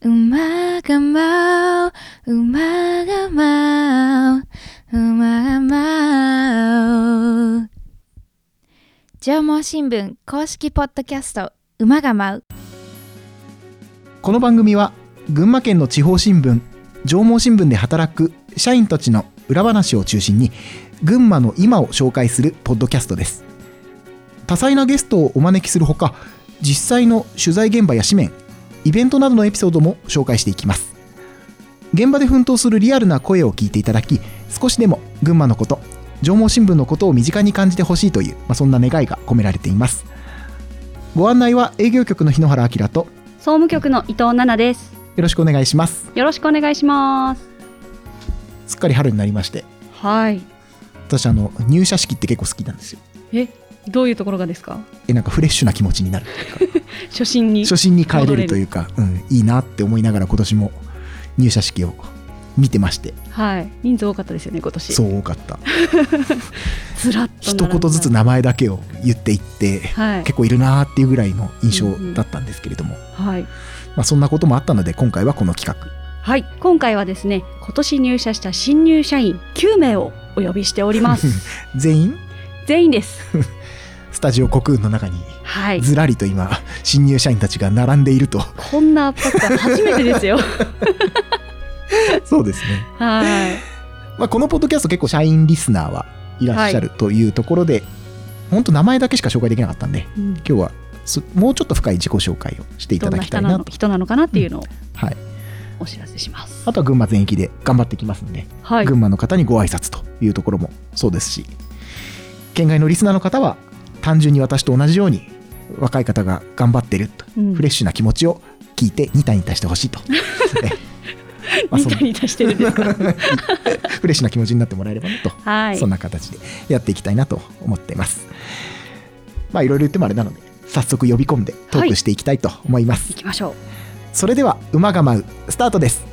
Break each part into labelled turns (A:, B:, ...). A: 馬が舞う、馬が舞う、馬が舞う。縄文新聞公式ポッドキャスト、馬が舞う。
B: この番組は群馬県の地方新聞上毛新聞で働く社員たちの裏話を中心に群馬の今を紹介するポッドキャストです多彩なゲストをお招きするほか実際の取材現場や紙面イベントなどのエピソードも紹介していきます現場で奮闘するリアルな声を聞いていただき少しでも群馬のこと上毛新聞のことを身近に感じてほしいという、まあ、そんな願いが込められていますご案内は営業局の日野原明と
C: 総務局の伊藤奈々です。
B: よろしくお願いします。
C: よろしくお願いします。
B: すっかり春になりまして、
C: はい。
B: 私あの入社式って結構好きなんですよ。
C: え、どういうところがですか？
B: えなんかフレッシュな気持ち になる。
C: 初心に。
B: 初心に帰れるというか、うん、いいなって思いながら今年も入社式を見てまして、
C: はい。人数多かったですよね今年。。
B: そうう多かった。
C: ずらっと
B: 一
C: 並んだ
B: 言ずつ。名前だけを言っていって、
C: はい。
B: 結構いるなーっていうぐらいの印象だったんですけれども、
C: はい。
B: まあそんなこともあったので今回はこの企画。
C: はい。今回はですね、今年入社した新入社員9名をお呼びしております。
B: 全員
C: 全員です。
B: スタジオコクーンの中に
C: はい。
B: ずらりと今新入社員たちが並んで いると。
C: こんな圧迫感初めてです よ。
B: そうですね。
C: はい。
B: まあ、このポッドキャスト結構社員リスナーはいらっしゃるというところで、本当名前だけしか紹介できなかったんで
C: うん
B: 今日はすもうちょっと深い自己紹介をしてい
C: どん
B: ただ
C: な
B: きた
C: 人
B: い
C: な
B: な
C: の
B: と
C: 人なのかなっていうのを
B: はい、
C: お知らせします。
B: あとは群馬全域で頑張っていきますんで、
C: はい。
B: 群馬の方にご挨拶というところもそうですし県外のリスナーの方は単純に私と同じように若い方が頑張ってると、
C: うん
B: フレッシュな気持ちを聞いてニタニタしてほしいと。えまあ
C: み
B: そん
C: たいに出してるんですか。
B: フレッシュな気持ちになってもらえればなと
C: はい
B: そん。な形でやっていきたいなと思っています。まあいろいろ言ってもあれなので、早速呼び込んでトークしていきたいと思います。
C: 行きましょう。
B: それでは馬が舞うスタートです。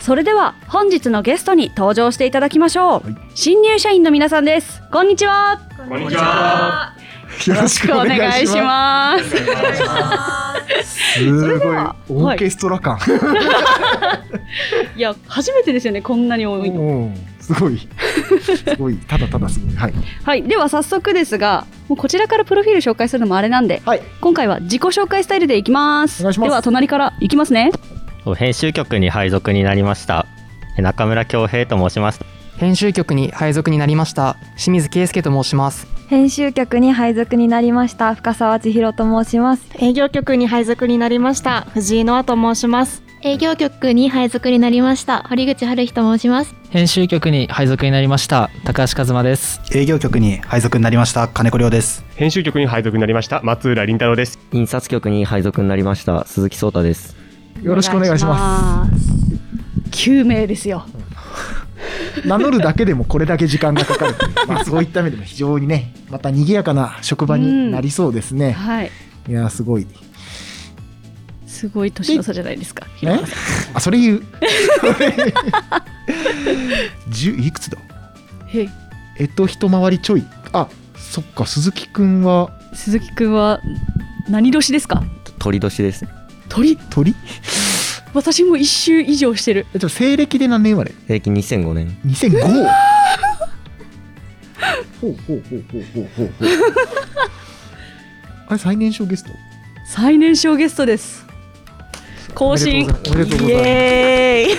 C: それでは本日のゲストに登場していただきましょう、
B: はい
C: 新入社員の皆さんですこんにちは
D: こんにちは。
B: よろ
C: よろしくお願いします
B: す。すごい
C: は
B: オーケストラ感。
C: いや初めてですよねこんなに多いの
B: うんすごい。すごい。ただただすごい。はい。
C: はいでは早速ですがもうこちらからプロフィール紹介するのもあれなんで
B: はい。
C: 今回は自己紹介スタイルでいきます
B: お願いします
C: では隣からいきますね
D: 編集局に配属になりました。中村恭平と申します。
E: 編集局に配属になりました清水圭介と申します
F: 編集局に配属になりました深澤千尋と申します
G: 営業局に配属になりました藤井のあと申します
H: 営業局に配属になりました堀口春日と申します
I: 編集局に配属になりました高橋和馬です
J: 営業局に配属になりました金子亮です
K: 編集局に配属になりました松浦凛太郎です
I: 印刷局に配属になりました鈴木聡太です
B: よろしくお願いします
C: 9名ですよ
B: す。名乗るだけでもこれだけ時間がかかると いう。まあそういった意味でも非常にね、また賑やかな職場になりそうですね。
C: はい
B: いやーすごい。
C: すごい年の差じゃないですか
B: え あそれ言う 10いくつだ
C: へい
B: えっと一回りちょいあそっか鈴木くんは
C: 鈴木くんは何年ですか
I: 鳥年です
C: 鳥
B: 鳥え
C: 私も一周以上してる
B: ちょっと西暦で何年生まれ
I: 平均2005年
B: ?2005 ほうほうほうほうほうほうほうあれ最年少ゲスト
C: 最年少ゲストです更新
B: おめでとうございますおめでとうございます
C: イエーイ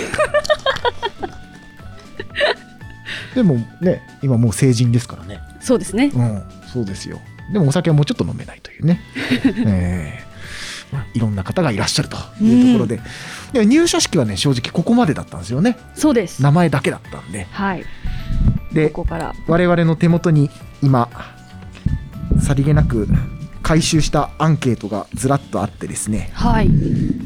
B: でもね今もう成人ですからね
C: そうですね
B: うんそうですよでもお酒はもうちょっと飲めないという ねええいろんな方がいらっしゃるというところで,、で入社式はね正直ここまでだったんですよね
C: そうです
B: 名前だけだったんで
C: はい
B: で
C: ここから
B: 我々の手元に今さりげなく回収したアンケートがずらっとあってですね、
C: はい
B: えー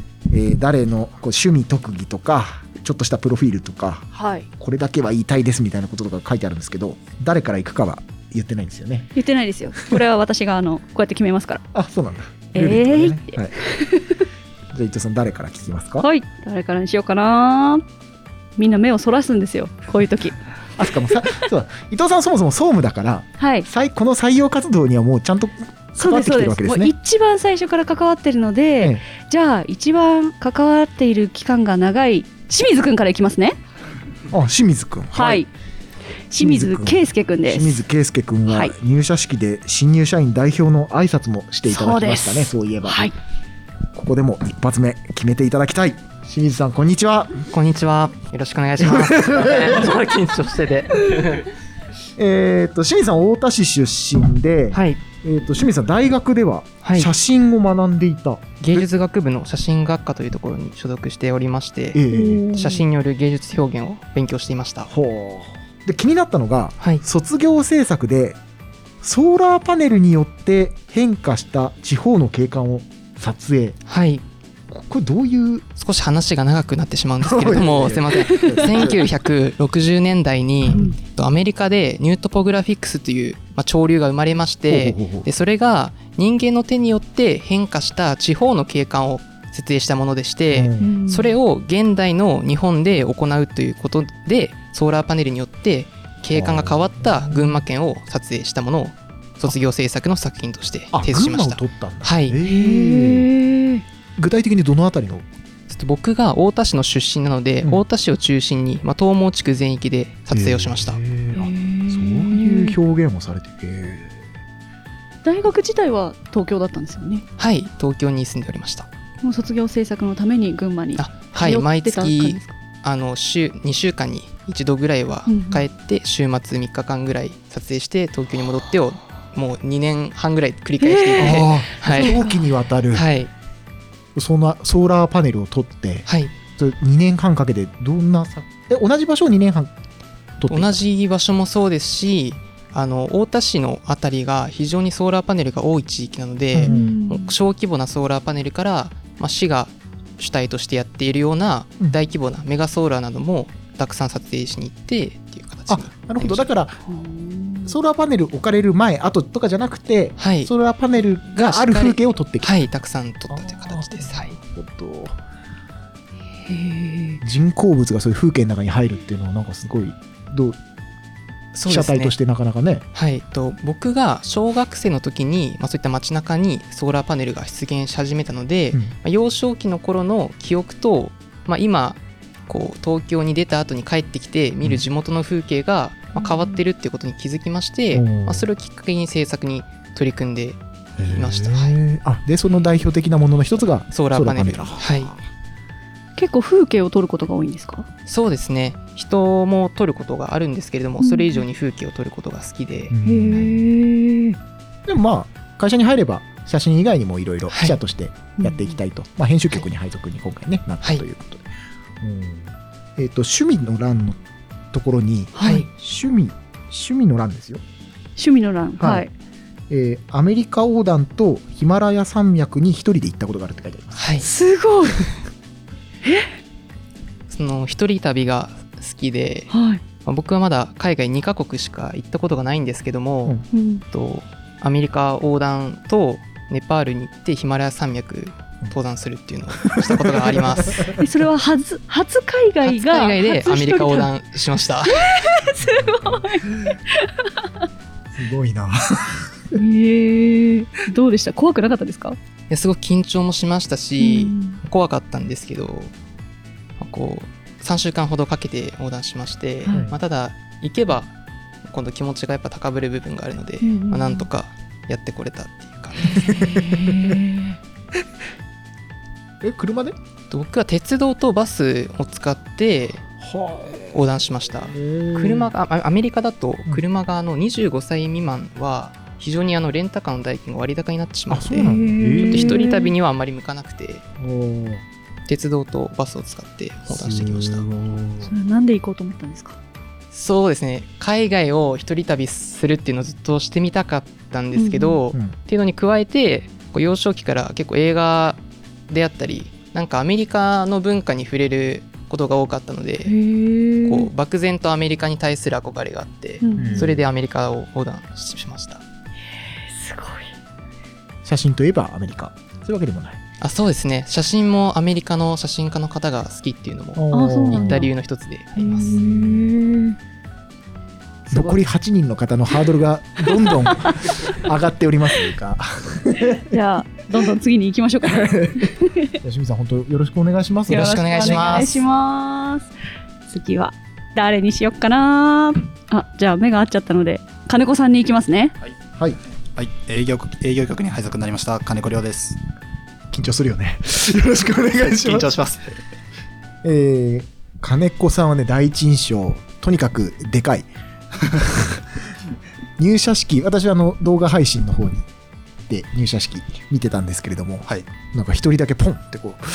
B: 誰のこう趣味特技とかちょっとしたプロフィールとか
C: はい
B: これだけは言いたいですみたいなこととか書いてあるんですけど誰から行くかは言ってないんですよね
C: 言ってないですよこれは私があのこうやって決めますから
B: あそうなんだ
C: えー
B: ルーレットでねはい、じゃあ伊藤さん誰から聞きますか、
C: はい誰からにしようかなみんな目をそらすんですよこういう時
B: あしかもさそう伊藤さんそもそも総務だから
C: はい
B: さいこの採用活動にはもうちゃんと関わってきてるわけです
C: もう
B: ね。
C: 一番最初から関わってるので、
B: ええ
C: じゃあ一番関わっている期間が長い清水くんからいきますね
B: あ清水君
C: はい、清水圭介くんです
B: 清水圭介君は
C: はい
B: 入社式で新入社員代表の挨拶もしていただきましたねそういえば、
C: はい
B: ここでも一発目決めていただきたい清水さんこんにちは、
E: こんにちは。よろしくお願いします。すいませんちょっと緊張してて。
B: えー、と清水さん太田市出身で、
E: はい。
B: えー、と清水さん大学では
E: はい
B: 写真を学んでいた、
E: 芸術学部の写真学科というところに所属しておりまし
B: え
E: て、
B: ー
E: 写真による芸術表現を勉強していました。
B: ほうで気になったのが
E: はい。
B: 卒業制作でソーラーパネルによって変化した地方の景観を撮影
E: はい。
B: これどういう
E: 少し話が長くなってしまうんですけれど も、
B: い
E: す
B: や
E: い
B: い
E: ません。1960年代に、アメリカでニュートポグラフィックスという、まあ、潮流が生まれまして、
B: ほうほうほうほう
E: でそれが人間の手によって変化した地方の景観を設定したものでして、
B: うん
E: それを現代の日本で行うということでソーラーパネルによって景観が変わった群馬県を撮影したものを卒業制作の作品として
B: あ
E: 提出
B: 群
E: しま
B: 馬を
E: した。
B: 撮ったんだ、
E: はい
B: えー
C: へ
B: 具体的にどのあたりの
E: ちょっと僕が太田市の出身なので、
B: うん
E: 太田市を中心に、まあ、東毛地区全域で撮影をしました、
B: えーあそう
C: ー
B: いう表現もされてる、え
C: 大学自体は東京だったんですよね
E: はい東京に住んでおりました
C: もう卒業制作のために群馬に
E: あはい
C: 通っ
E: 毎
C: てた感じ
E: 月
C: ですか
E: あの週2週間に1度ぐらいは
C: うんうん
E: 帰って週末3日間ぐらい撮影して東京に戻ってをもう2年半ぐらい繰り返していて、
B: ー
E: はい
B: 長期にわたる、
E: はい
B: そんなソーラーパネルを撮って
E: はい
B: それ2年半かけてどんなさえ同じ場所を2年半撮っていた
E: 同じ場所もそうですしあの太田市の辺りが非常にソーラーパネルが多い地域なので、
B: うん
E: もう小規模なソーラーパネルから、まあ、市が主体としてやっているような
B: うん
E: 大規模なメガソーラーなどもたくさん撮影しに行ってっていう形
B: あ
E: に
B: なるほどだから
C: うん
B: ソーラーパネル置かれる前後とかじゃなくて
E: はい
B: ソーラーパネルがある風景を撮ってきた、
E: はいたくさん撮ったという形ですはい
B: なるほど人工物がそういう風景の中に入るっていうのはなんかすごいどう被写体としてなかなかね
E: はい、えっと僕が小学生の時に、まあ、そういった街中にソーラーパネルが出現し始めたので、
B: うん
E: まあ幼少期の頃の記憶と、まあ、今こう東京に出た後に帰ってきて見る地元の風景が、まあ、変わってるってことに気づきまして、
B: うん
E: まあ、それをきっかけに制作に取り組んでいました
B: へーあでその代表的なものの一つが
E: ソーラーパネルはい
C: 結構風景を撮ることが多いんですか
E: そうですね人も撮ることがあるんですけれどもそれ以上に風景を撮ることが好きで、
B: うんでもまあ会社に入れば写真以外にもいろいろ
E: はい
B: 記者としてやっていきたいと、まあ、編集局に配属に今回ねなった
E: はい
B: ということで、うんえっ、と趣味の欄のところに
E: はい
B: 趣味趣味の欄ですよ、
C: 趣味の欄
B: はい
C: はい
B: えーアメリカ横断とヒマラヤ山脈に一人で行ったことがあるって書いてあります
E: はい
C: すごい
E: その一人旅が好きで、
C: はい
E: まあ僕はまだ海外2カ国しか行ったことがないんですけども、
B: う
C: う
B: ん
C: ん
E: とアメリカ横断とネパールに行ってヒマラヤ山脈登山するっていうのをしたことがあります。
C: えそれは初初海外
E: 初海
C: が
E: 外でアメリカ横
C: 初一人旅
E: 断しました。
B: すごいな
C: へえどうでした怖くなかったですか、
E: いやすごく緊張もしましたし、怖かったんですけど、まあこう3週間ほどかけて横断しまして、
B: はい
E: まあ、ただ行けば今度気持ちがやっぱ高ぶる部分があるので、まあ、なんとかやってこれたっていう感じです。
B: え車で
E: と僕は鉄道とバスを使って横断しました。車があアメリカだと
B: うん
E: 車があの25歳未満は非常にあのレンタカーの代金が割高になってしま
B: あ
E: っ
B: そ
E: て
B: うなんだ
E: ちょっと一
B: え
E: 人旅にはあんまり向かなくて
B: ーおー
E: 鉄道とバスを使って横断してきました
B: すごい
C: それはなんで行こうと思ったんですか
E: そうですね海外を一人旅するっていうのをずっとしてみたかったんですけど、
B: うん
E: っていうのに加えてこう幼少期から結構映画であったりなんかアメリカの文化に触れることが多かったのでこう漠然とアメリカに対する憧れがあって、
B: うん
E: それでアメリカを横断しました
B: 写真といえばアメリカそういうわけでもない
E: あそうですね写真もアメリカの写真家の方が好きっていうのも
B: あそうなんだ
E: 行った理由の一つであります
B: 残り8人の方のハードルがどんどん上がっておりますとい うか
C: じゃあどんどん次に行き ましょうか。よ
B: 吉見さん本当よろしくお願いします
C: ろしくお願いします。次は誰にしよっかな。あじゃあ目が合っちゃったので金子さんに行きますね。
B: はい。
J: はい。営業局営業局に配属になりました金子亮です。
B: 緊張するよね よろしくお願いしま
J: 緊
B: す
J: 張します。
B: えー金子さんはね第一印象とにかくでかい 入社式私はあの動画配信の方にで入社式見てたんですけれども、
J: はい
B: なんか一人だけポンってこう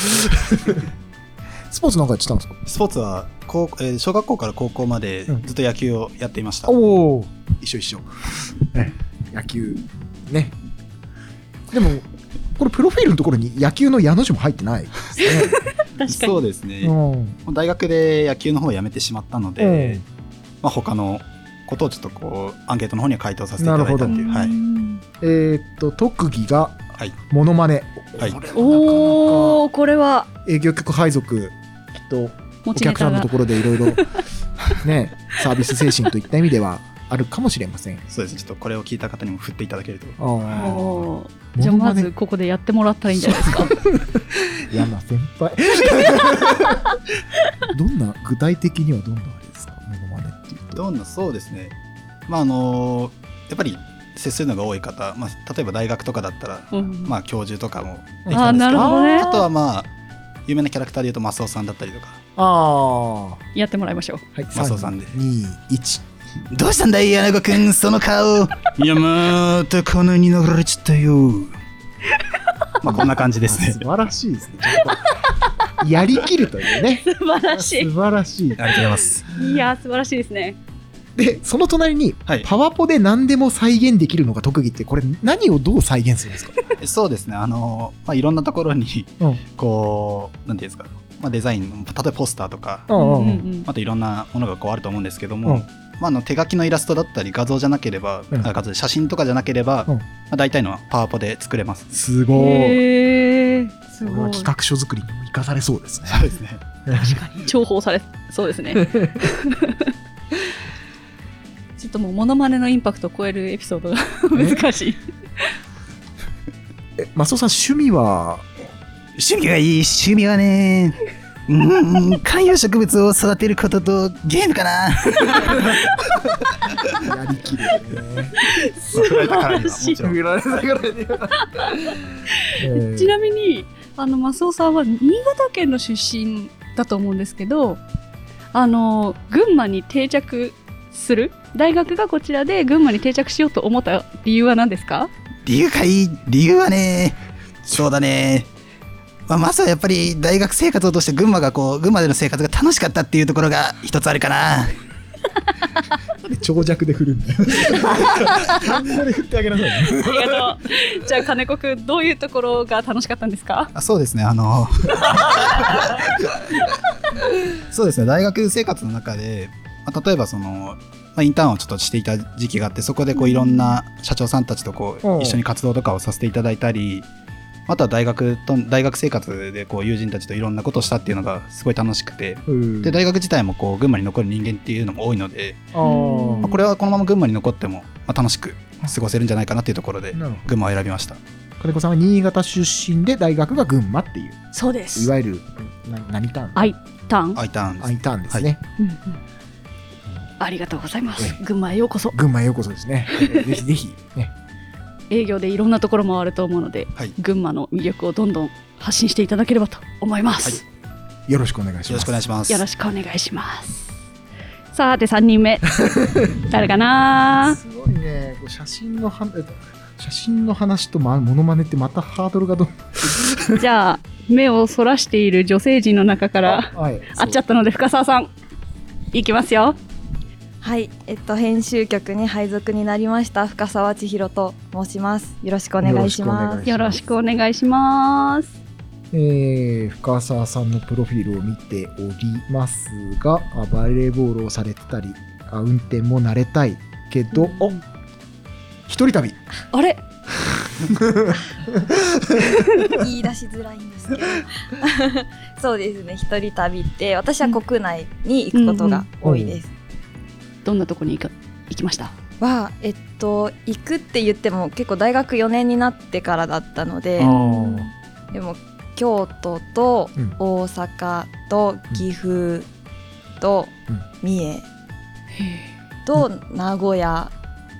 B: スポーツなんかやってたんですか
J: スポーツは高えー小学校から高校までずっと野球をやっていました。
B: おお
J: 一緒一緒。
B: 野球ねでもこれプロフィールのところに野球の矢の字も入ってないですね
J: そうですね。も
B: うん
J: う大学で野球の方をやめてしまったので、
B: え
J: まあ他のことをちょっとこうアンケートの方には回答させていただいたっていう。はい。
B: ええーっと特技が
J: はい
B: モノマネ、
J: はい
B: これはなかなか
C: おおこれは
B: 営業局配属きっと
C: 持
B: お
C: ちネ
B: 客さ
C: タ
B: んの
C: が
B: ところでいろ いろねサービス精神といった意味ではあるかもしれません。
J: そうですね。ちょっとこれを聞いた方にも振っていただけると。
B: あー
C: おーじゃあまずここでやってもらったらいいんじゃないですか。
B: 山先輩 どんな具体的にはどんなあれですかモノマネっていうと。
J: どんなそうですね。まああのやっぱり接するのが多い方、まあ例えば大学とかだったら
C: うん
J: まあ教授とかもでき
C: あ
J: た
C: ー
J: んです
C: な
J: け
C: る
J: ど
C: ほどね
J: あ。とはまあ有名なキャラクターでいうとマスオさんだったりとか
B: あ
C: やってもらいましょう。
B: あはい
J: マスオさんで
B: 二一
J: どうしたんだい柳子くんその顔いやまた金に流れちゃったよまあこんな感じですね
B: 素晴らしいですね。ちょっとやりきるというね
C: 素晴らし
B: 素晴らしい。
J: ありがとうございます
C: い。いや素晴らしいですね。
B: でその隣に
J: はい
B: パワポで何でも再現できるのが特技ってこれ何をどう再現するんですか。
J: そうですねあのまあいろんなところに
B: うん
J: こうなんていうんですかまあデザインの例えばポスターとか
B: うんうんうん
C: ん
J: あといろんなものがこうあると思うんですけども、
B: うん
J: まあ、あの手書きのイラストだったり画像じゃなければ、
B: うん
J: あ画像写真とかじゃなければ、
B: うん
J: まあ、大体のはパワポで作れます
B: す
C: うん。
B: ごい。
C: へえす
B: これ
C: ご。
B: はい企画書作りにも生かされそうですね。
J: そうですね
C: 重宝されそうです ね。ちょっともうモノマネのインパクトを超えるエピソードが 難しい。
B: えマスオさん趣味は
J: 趣味がいい趣味はねうん観葉植物を育てることとゲームかな
B: やりきるね。
J: 振られたからにはもちろん
B: えー
C: ちなみにあのマスオさんは新潟県の出身だと思うんですけど、あの群馬に定着する大学がこちらで群馬に定着しようと思った理由は何ですか？
J: 理由かいい理由はねそうだね、まあ、まずはやっぱり大学生活を通して群馬がこう群馬での生活が楽しかったっていうところが一つあるかな
B: 長尺で振るんだよ。単語で振ってあげなさいね。
C: ありがとう。じゃあ金子くんどういうところが楽しかったんですか？
J: あそうですねあの そうですね大学生活の中で、まあ、例えばその、まあ、インターンをちょっとしていた時期があってそこでこういろんな社長さんたちとこ
B: うん
J: う一緒に活動とかをさせていただいたりあとは大学と大学生活でこう友人たちといろんなことをしたっていうのがすごい楽しくてで大学自体もこう群馬に残る人間っていうのも多いので、
B: あー
J: まあこれはこのまま群馬に残っても、まあ、楽しく過ごせるんじゃないかなっていうところで
B: なるほ
J: 群馬を選びました。
B: ど金子さんは新潟出身で大学が群 馬っていう
C: そうで
B: い。わゆるな何ターン
C: アイターン。
J: アイターンです
B: アイターンですね、
C: うんうんありがとうございます
B: え。
C: 群馬へようこそ。
B: 群馬へようこそですねぜひぜひね
C: 営業でいろんなところもあると思うので、
J: はい
C: 群馬の魅力をどんどん発信していただければと思います、
B: よろしくお願いし
J: よ
B: ま
J: ろしくお
B: す
J: 願いします。
C: よろしくお願いしますさて3人 目誰かな
B: すごいねこう写真のは写真の話とまモノマネってまたハードルがどん
C: じゃあ目をそらしている女性陣の中から
B: はい
C: あっちゃったので深澤さんいきますよ
F: はい、えっと編集局に配属になりました深澤千尋と申します。よろしくお願いします。
C: よろしくお願いします
B: えー深澤さんのプロフィールを見ておりますがあバレーボールをされてたりあ 運転も慣れたいけど、お一人旅
C: あれ
F: 言い出しづらいんですけど そうですね一人旅って私は国内に行くことが多いです、
C: どんなとこに行か行きました
F: はえっと行くって言っても結構大学4年になってからだったので
B: あー
F: でも京都と
B: うん
F: 大阪と岐阜と
B: うん
F: 三重と名古屋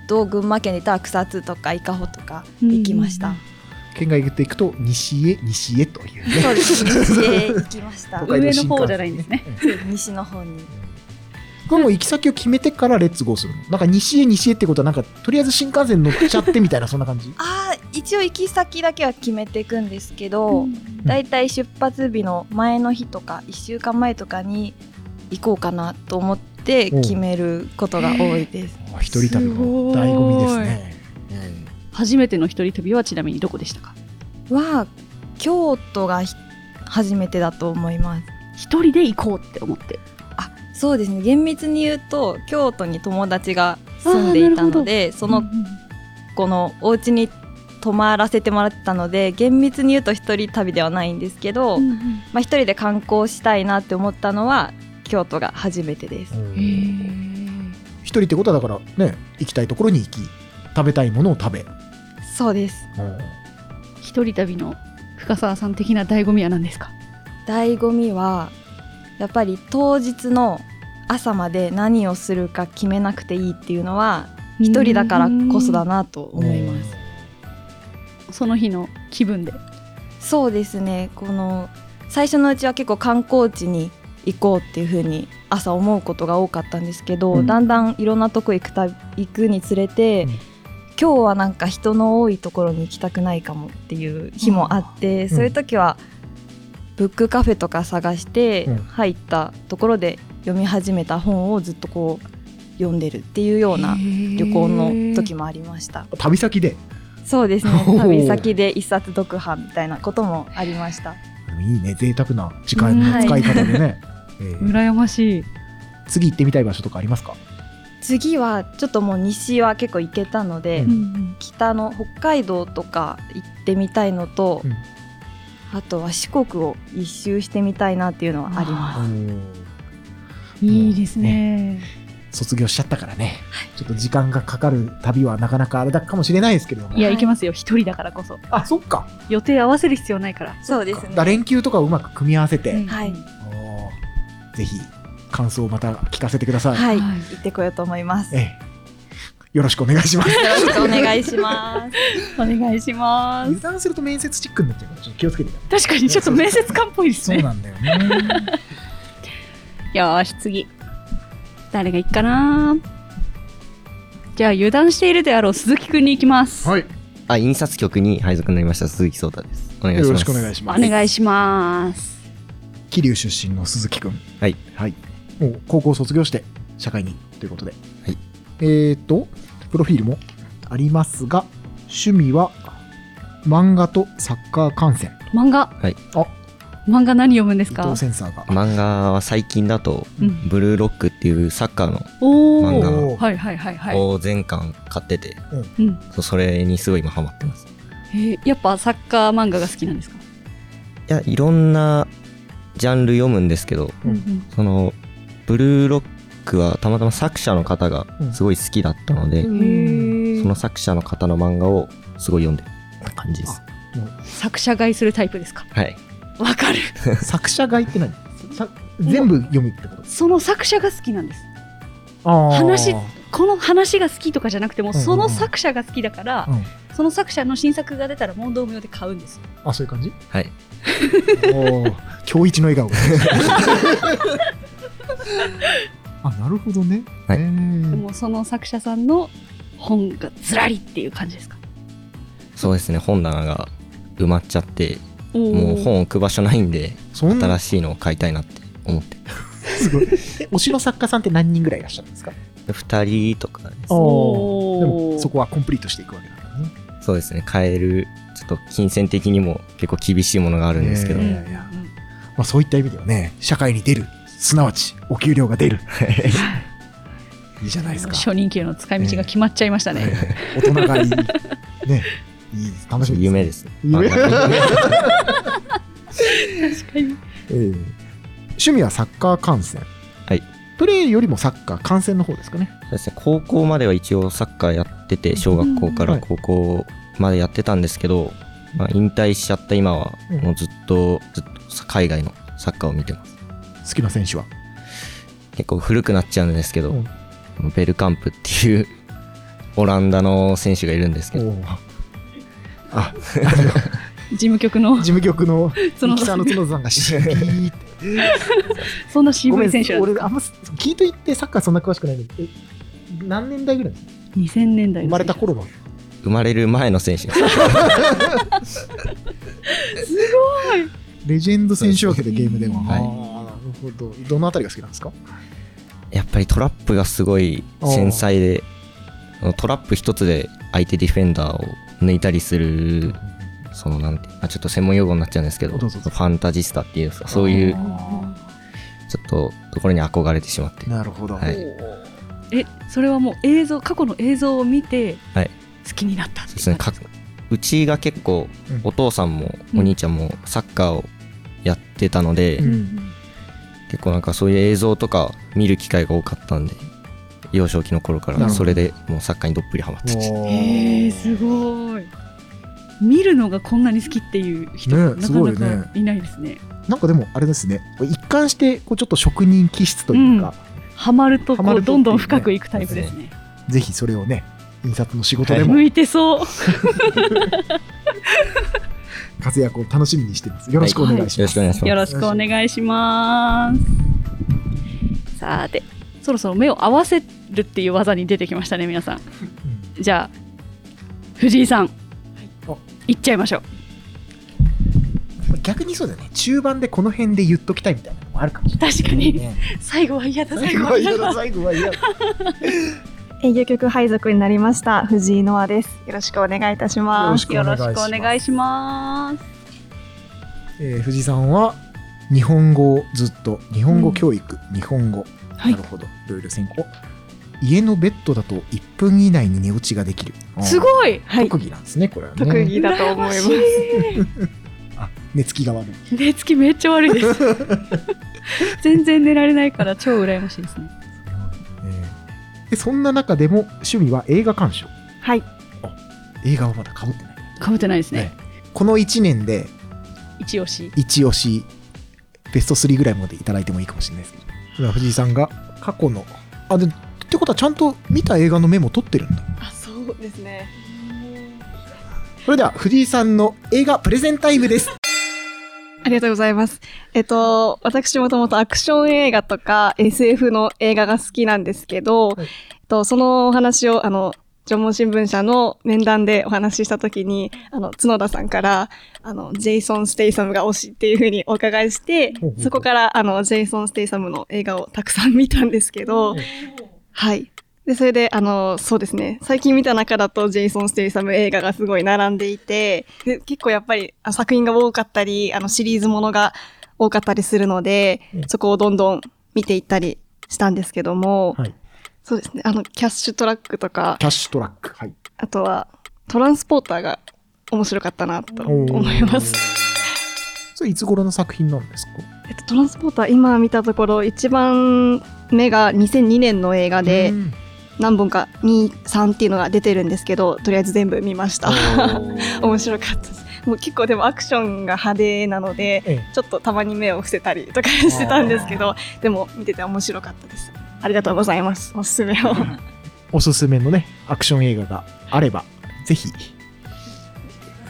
F: と群馬県で言ったら草津とか伊香保とか行きました。
B: 県外行っていくと西へ西へというね
F: そうです西へ行きました。
B: 都会新幹線
F: いんです
B: ね。
F: 西の方に。
B: これもう行き先を決めてからレッツゴーするのなんか西へ西へってことはなんかとりあえず新幹線乗っちゃってみたいなそんな感じ
F: あー一応行き先だけは決めていくんですけど、だいたい出発日の前の日とか1週間前とかに行こうかなと思って決めることが多いです。
B: あ一人旅の
C: 醍
B: 醐味ですね
C: 初めての一人旅はちなみにどこでしたか
F: は京都がひ初めてだと思います。
C: 一人で行こうって思って。
F: あそうですね厳密に言うと京都に友達が住んでいたのでそのこのお家に泊まらせてもらったので厳密に言うと一人旅ではないんですけど、
C: うんうん
F: まあ、一人で観光したいなって思ったのは京都が初めてです。
B: 一人ってことはだからね行きたいところに行き食べたいものを食べ
F: そうです
C: 一人旅の深澤さん的な醍醐味は何ですか
F: 醍醐味はやっぱり当日の朝まで何をするか決めなくていいっていうのは一人だからこそだなと思います
C: その日の気分で
F: そうですねこの最初のうちは結構観光地に行こうっていう風に朝思うことが多かったんですけど、
C: うん
F: だんだんいろんなとこ行くた行くにつれて、今日はなんか人の多いところに行きたくないかもっていう日もあって、
C: ん
F: そういう時はブックカフェとか探して
C: うん
F: 入ったところで読み始めた本をずっとこう読んでるっていうような旅行の時もありました。
B: 旅先で
F: そうですね
B: おー
F: 旅先で一冊読破みたいなこともありました。
B: いいね贅沢な時間の使い方で
F: うん
B: ね、 えー
C: 羨ましい
B: 次行ってみたい場所とかありますか
F: 次はちょっともう西は結構行けたので、
B: うんう
F: 北の北海道とか行ってみたいのと、あとは四国を一周してみたいなっていうのはあります。
C: いいですね
B: 卒業しちゃったからねちょっと時間がかかる旅はなかなかあれだかもしれないですけれども
C: いや行けますよ一人だからこそ
B: あそっか
C: 予定合わせる必要ないから
F: そうです
B: だから連休とかをうまく組み合わせて、
F: はい、
B: ぜひ感想をまた聞かせてください、
F: はい、行ってこようと思います。
B: ええよろしくお願い します
F: よろしくお願いします。
C: お願いします。
B: 油断すると面接チックになっちゃうからちょっと気をつけてね
C: 確かにちょっと面接官っぽいですね
B: そうなんだよね
C: よーし次誰が行くかなじゃあ油断しているであろう鈴木くんに行きます
B: はい
L: あ、印刷局に配属になりました鈴木聡太です。お願いします。
B: よろしくお願いし
C: お願いします
B: 桐生出身の鈴木くん
L: はい。
B: はいもう高校卒業して社会にということで、えっ、とプロフィールもありますが趣味は漫画とサッカー 観戦
C: 漫画
L: はい。
C: 漫画何読むんです
B: 伊
C: か
B: 藤センサーが
L: 漫画は最近だと、
C: うん
L: ブルーロックっていうサッカーの
C: お
L: 漫
C: お
L: 画
C: はいはいはいはい、
L: を全巻買ってて、
C: うん
L: そうそれにすごい今ハマってます。
C: えーやっぱサッカー漫画が好きなんですか
L: いや、いろんなジャンル読むんですけど、
C: うんうん
L: その、ブルーロックはたまたま作者の方がすごい好きだったの
C: へ
L: で、
C: え
L: その作者の方の漫画をすごい読んでる感じです。
C: 作者買いするタイプですか
L: はい。
C: わかる
B: 作者買いって何さ全部読むってこと
C: その作者が好きなんです
B: あー
C: 話この話が好きとかじゃなくても
B: うんうんうん
C: その作者が好きだから、
B: うん
C: その作者の新作が出たら問答無用で買うん ですよ
B: あそういう感じ
L: はい
B: おー今日一の笑顔が あなるほどね、えー
C: でもその作者さんの本がずらりっていう感じですか
L: そうですね、本棚が埋まっちゃって、
C: おー
L: もう本置く場所ないんで、
B: んな
L: 新しいのを買いたいなって思って。
B: すごいえ推しの作家さんって何人ぐらいいらっしゃるんですか
L: 2人とかです
B: あーでもそこはコンプリートしていくわけだ
L: そうですね、買える、ちょっと金銭的にも結構厳しいものがあるんですけど、
B: いやいやいやまあ、そういった意味ではね社会に出るすなわちお給料が出るいいじゃないですか
C: 初任給の使い道が決まっちゃいましたね、
B: 大人買いねいいです楽しみです
L: 夢ですあな
B: 夢
L: んか
C: 確かに。
B: ええ趣味はサッカー観戦
L: はい
B: プレーよりもサッカー観戦の方ですかね
L: そうですね高校までは一応サッカーやってて小学校から高校までやってたんですけど、まあ、引退しちゃった今は
B: うん
L: もうずっとずっと海外のサッカーを見てます
B: 好きな選手は
L: 結構古くなっちゃうんですけど、
B: うん
L: ベルカンプっていうオランダの選手がいるんですけどあ
C: 事務局の。事
B: 務局の。
C: 角田
B: ミキサ
C: さ
B: ー
C: ん
B: の角田さんがシーッ
C: そんな渋
B: ごめ
C: い選手なんで
B: ん
C: す
B: 俺
C: か。
B: あんま聞いといてサッカーそんな詳しくないんだけどえ何年代ぐらいですか
C: 2000年代
B: 生まれた頃は
L: 生まれる前の選手です
C: すごい。
B: レジェンド選手枠でゲームでは、
L: はい
B: ああなるほどどのあたりが好きなんですか
L: やっぱりトラップがすごい繊細でトラップ一つで相手ディフェンダーを抜いたりするそのなんて、まあ、ちょっと専門用語になっちゃうんですけど
B: どうぞどうぞ
L: ファンタジスタっていうかそういうちょっとところに憧れてしまって
B: なるほど
L: はい、
C: え、それはもう映像、過去の映像を見て、
L: はい、
C: 好きになった。
L: そうですねかうちが結構お父さんもお兄ちゃんもサッカーをやってたので、結構なんかそういう映像とか見る機会が多かったんで幼少期の頃か
B: な
L: ら
B: るほど
L: それでもうサッカーにどっぷりハマってて
C: へえ、すごい。見るのがこんなに好きっていう人、
B: ね
C: な
B: す
C: か
B: ごい
C: な
B: ね
C: かいないですね。
B: なんかでもあれですね一貫してこうちょっと職人気質というか、
C: ハマると
B: ハマ
C: こ
B: る
C: う
B: とっ
C: ど
B: ていうね
C: んどん深くいくタイプですね。
B: ぜひそれをね印刷の仕事でも
C: 向いてそう。
B: 活躍を楽しみにしていますよろしくお願いします、
C: よろしくお願いします。さて、そろそろ目を合わせるっていう技に出てきましたね、皆さん。じゃあ、藤井さん、いっちゃいましょう。
B: 逆にそうだよね中盤でこの辺で言っときたいみたいなのもあるかもしれない
C: 確かに、最後は嫌だ、
B: 最後は嫌だ最後は嫌だ
G: 営業局配属になりました藤井ノアです。よろしくお願いいたします。
B: よろしくお願いします
C: お願いします。
B: えー藤井さんは日本語をずっと日本語教育、日本語、なるほどいろいろ専攻家のベッドだと1分以内に寝落ちができる
C: す
B: い
C: ごい、
B: 特技なんですねこれはね
G: 特技だと思います。
B: 寝つきが悪い
C: 寝つきめっちゃ悪いです。全然寝られないから超羨ましいですね。
B: でそんな中でも趣味は映画鑑賞
G: はい。
B: 映画はまだかぶってない
C: かぶってないですね。
B: この1年で
C: 一押し。
B: 一押しベスト3ぐらいまでいただいてもいいかもしれないですけど今藤井さんが過去のあでってことはちゃんと見た映画のメモ取ってるんだ
G: あ、そうですね。
B: それでは藤井さんの映画プレゼンタイムです
G: ありがとうございます。えっと、私もともとアクション映画とか SF の映画が好きなんですけど、えっと、そのお話を、あの、縄文新聞社の面談でお話ししたときに、あの、角田さんから、あの、ジェイソン・ステイサムが推しっていうふうにお伺いし
M: ほう
G: て
M: ほうほ、う
G: そこから、あの、ジェイソン・ステイサムの映画をたくさん見たんですけど、はい。で、それで、あの、そうですね。最近見た中だと、ジェイソン・ステイサム映画がすごい並んでいて、で結構やっぱりあ作品が多かったり、あの、シリーズものが多かったりするので、そこをどんどん見ていったりしたんですけども、
B: はい
G: そうですね。あの、キャッシュトラックとか
B: キ、ャッシュトラックはい
G: あとは、トランスポーターが面白かったなと思います。
B: それいつ頃の作品なんですか
G: えっと、トランスポーター今見たところ一番目が2002年の映画で何本か23っていうのが出てるんですけどとりあえず全部見ました面白かったですもう結構でもアクションが派手なので、
B: え
G: ちょっとたまに目を伏せたりとかしてたんですけどでも見てて面白かったですありがとうございますおすすめを
B: おすすめのねアクション映画があればぜひ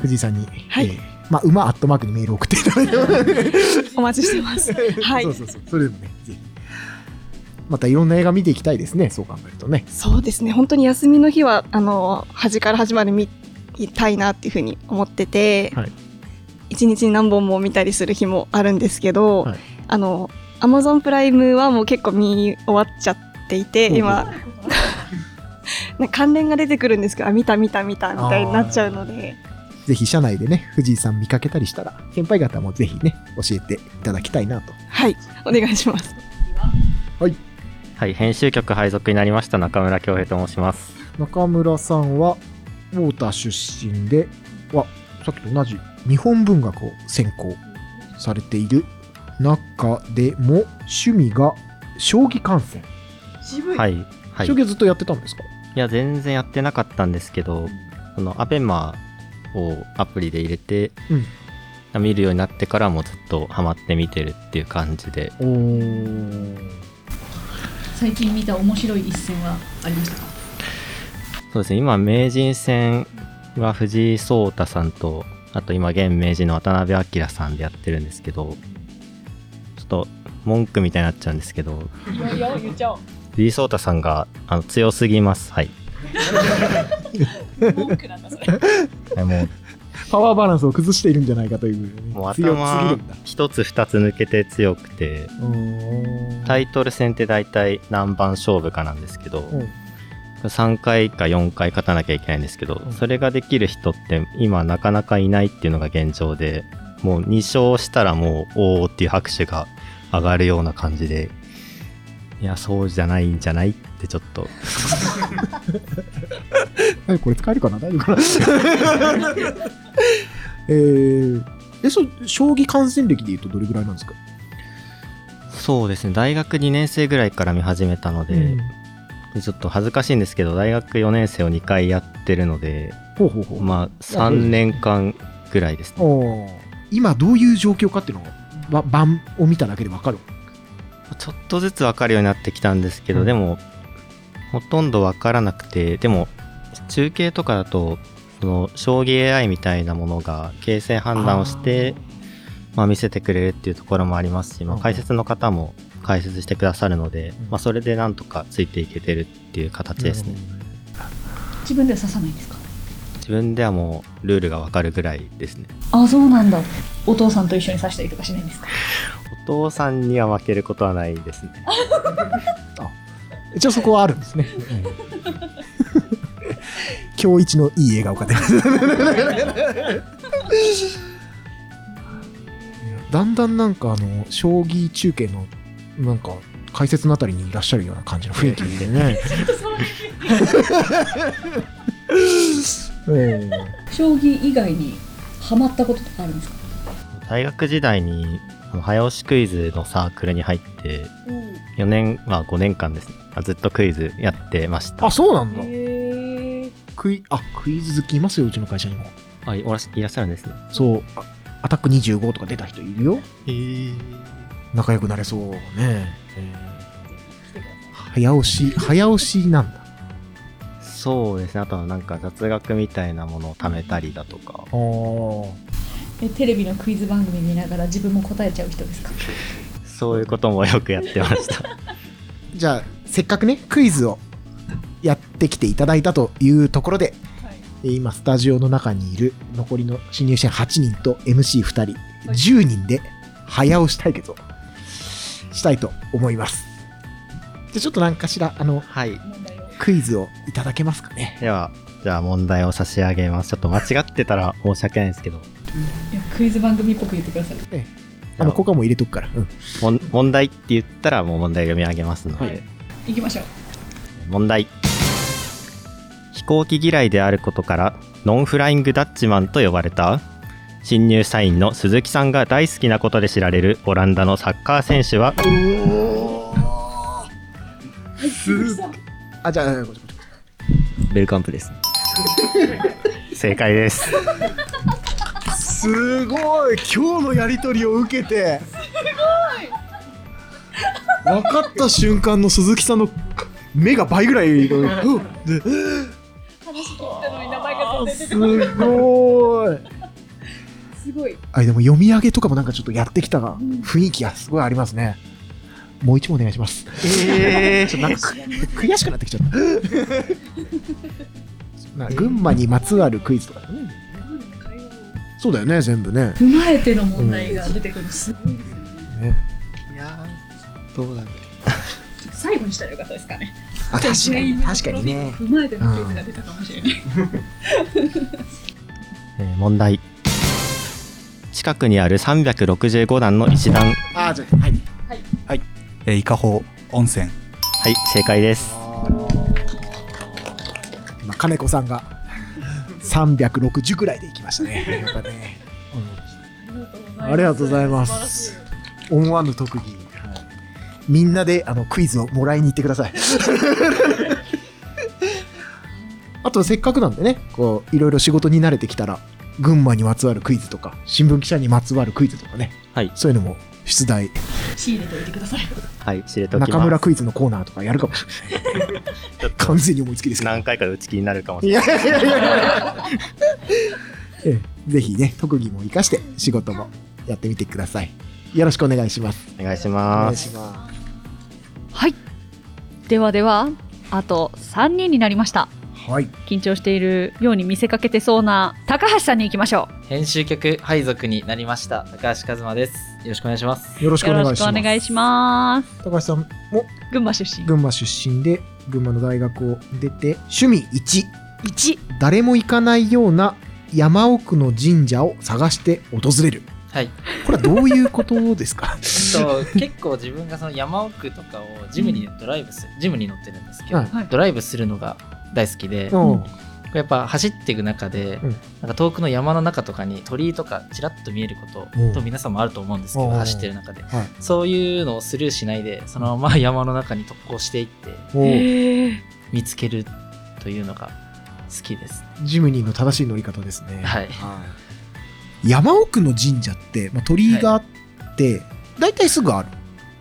B: 藤井さんに、えーまあ、馬アットマークにメールを送っていただいて
G: お待ちしてますはい
B: そうそうそうそれでもねぜひまたいろんな映画見ていきたいですねそう考えるとね
G: そうですね本当に休みの日はあの端から端まで見たいなっていうふうに思ってて、
B: はい
G: 一日に何本も見たりする日もあるんですけど、
B: はい
G: あの Amazon プライムはもう結構見終わっちゃっていて、
B: うんうん
G: 今 なんか関連が出てくるんですけどあ見た見た見たみたいになっちゃうので
B: ぜひ社内でね藤井さん見かけたりしたら先輩方もぜひね教えていただきたいなと
G: はいお願いします
D: はい、編集局配属になりました中村恭平と申します。
B: 中村さんはウォーター出身ではさっきと同じ日本文学を専攻されている中でも趣味が将棋観戦渋
D: はい、はい、
B: 将棋をずっとやってたんですか
D: いや全然やってなかったんですけどそのアベマをアプリで入れて、見るようになってからもずっとハマって見てるっていう感じで
M: 最近見た面白い一戦はありましたか
D: そうですね今名人戦は藤井聡太さんとあと今現名人の渡辺明さんでやってるんですけどちょっと文句みたいになっちゃうんですけど
M: いやいや言っちゃおう
D: 藤井聡太さんがあの強すぎますはい
M: 文句なんだそれ
D: はいもう
B: パワーバランスを崩しているんじゃないかというぐらいね
D: もう
B: 強すぎ
D: 頭
B: るんだ
D: 一つ二つ抜けて強くてタイトル戦って大体何番勝負かなんですけど、3回か4回勝たなきゃいけないんですけど、それができる人って今なかなかいないっていうのが現状でもう2勝したらもうおーっていう拍手が上がるような感じでいやそうじゃないんじゃないってちょっ と
B: えこれ使えるかな大丈夫かな えー、えそう将棋観戦歴でいうとどれぐらいなんですか
D: そうですね大学2年生ぐらいから見始めたので、でちょっと恥ずかしいんですけど大学4年生を2回やってるので
B: ほうほうほう
D: まあ3年間ぐらいですね
B: おー今どういう状況かっていうのをば盤を見ただけでわかる
D: ちょっとずつ分かるようになってきたんですけど、でもほとんど分からなくてでも中継とかだとその将棋 AI みたいなものが形勢判断をしてまあ、見せてくれるっていうところもありますし、まあ、解説の方も解説してくださるので、まあ、それでなんとかついていけてるっていう形ですね、
M: 自分では刺さないんですか
D: 自分ではもうルールが分かるぐらいですね
M: あそうなんだお父さんと一緒に刺したりとかしないん ですか
D: お父さんには負けることはないですね
B: 一応そこはあるんですね 今日一のいい笑顔が出ます だんだんなんかあの将棋中継のなんか解説のあたりにいらっしゃるような感じの雰囲気でね、 ええ
M: 将棋以外にハマったこととかあるんですか
D: 大学時代にあの早押しクイズのサークルに入って4年まあ5年間ですねあずっとクイズやってました
B: あそうなんだクイあクイズ好きいますようちの会社にも
D: あいおらしいらっしゃるんですね
B: そうあアタック25とか出た人いるよ
D: えー、
B: 仲良くなれそうね、えー早押し早押しなんだ
D: そうですねあとはなんか雑学みたいなものを貯めたりだとか
M: えテレビのクイズ番組見ながら自分も答えちゃう人ですか
D: そういうこともよくやってました
B: じゃあせっかくねクイズをやってきていただいたというところで、えー今スタジオの中にいる残りの新入社員8人と MC2 人10人で早押し対決をしたいと思いますじゃあちょっと何かしらあの、クイズをいただけますかね
D: ではじゃあ問題を差し上げますちょっと間違ってたら申し訳ないんですけど
M: いやクイズ番組っぽく言ってください、
B: あのここはもう入れとくから、うん、
D: もん問題って言ったらもう問題読み上げますので、
M: 行きましょう
D: 問題飛行機嫌いであることからノンフライングダッチマンと呼ばれた新入社員の鈴木さんが大好きなことで知られるオランダのサッカー選手は
B: あじゃあ
D: ベルカンプ です正解です
B: すごい今日のやり取りを受けて分かった瞬間の鈴木さんの目が倍ぐらいのうん
M: 話聞いたのに名前が全然
B: す
M: 出てこない
B: ごい
M: すごい
B: あでも読み上げとかもなんかちょっとやってきたが雰囲気がすごいありますねもう一問お願いします
M: えー
B: ちょっとなんか悔しくなってきちゃった な群馬にまつわるクイズとかだねそうだよね全部ね
M: 踏まえての問題が出てくるすごいですね
B: ね
M: いや
B: どうだろう
M: 最後にしたらよかったですかね
B: あ確かに確かにね
M: 踏まえてのクイズが出たかもしれない、
D: えー問題近くにある365段の石段
B: あじゃあはい
D: はい、え伊香保温泉はい正解です
B: 今金子さんが360ぐらいでいきましたね。やっぱね。うんありがとうございます。思わぬ特技。はいみんなであのクイズをもらいに行ってくだ さい。あとせっかくなんでね、こういろいろ仕事に慣れてきたら、群馬にまつわるクイズとか、新聞記者にまつわるクイズとかね、
D: はい、
B: そういうのも出題、
M: 仕入れておいてください。
D: はい、知れておきます。
B: 中村クイズのコーナーとかやるかもし
D: ちょっと
B: 完全に思いつきです
D: 何回か打ち切りになるかもし
B: れ
D: れ
B: な。
D: ないい。
B: いやいやいや いやええぜひね、特技も生かして仕事もやってみてください。よろしくお願いします。
D: お願いしま
B: お
D: す。
B: 願いします。
C: ではではあと3人になりました
B: はい。
C: 緊張しているように見せかけてそうな高橋さんに行きましょ
I: 編集局配属になりました高橋和馬です。よろしくお願いします。
B: よろ
C: うよろしくお願いします
B: 高橋さんも
C: 群馬出身
B: 群馬出身で、群馬の大学を出て、趣味1。
C: 1
B: 誰も行かないような山奥の神社を探して訪れる。
I: はい。
B: これはどういうことで すか
I: そう結構自分がその山奥とかをジムにドライブする、ジムに乗ってるんですけど、
B: はい
I: ドライブするのが大好きで、
B: うん
I: これやっぱ走っていく中で、
B: ん
I: なんか遠くの山の中とかに鳥居とかちらっと見えるこ
B: うん
I: とと皆さんもあると思うんですけど、
B: うん
I: 走ってる中で、
B: はい
I: そういうのをスルーしないでそのまま山の中に特攻していって、
B: おうへ
I: 見つけるというのが好きです。
B: ジムニーの正しい乗り方ですね。
I: はい
B: 山奥の神社って、まあ、鳥居があって、大体すぐある。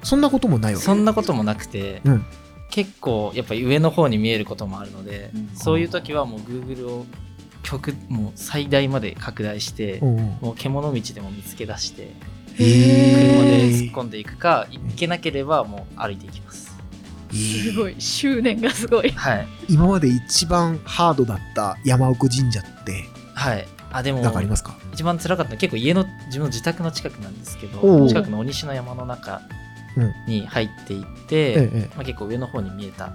B: そんなこともないわけ
I: そんなこともなくて、
B: うん
I: 結構やっぱり上の方に見えることもあるので、そういう時はもう Google を極もう最大まで拡大して、
B: うんうん
I: もう獣道でも見つけ出して車で
B: へ
I: 突っ込んでいくか行けなければもう歩いていきます
C: うすごい執念がすごい
I: はい
B: 今まで一番ハードだった山奥神社って、
I: はいあでも
B: なんかありますか
I: 一番辛かったのは結構家の自分の自宅の近くなんですけ
B: おうお
I: ど
B: う
I: 近くの鬼の山の中
B: うん
I: に入っていって、
B: ええ
I: まあ、結構上の方に見えた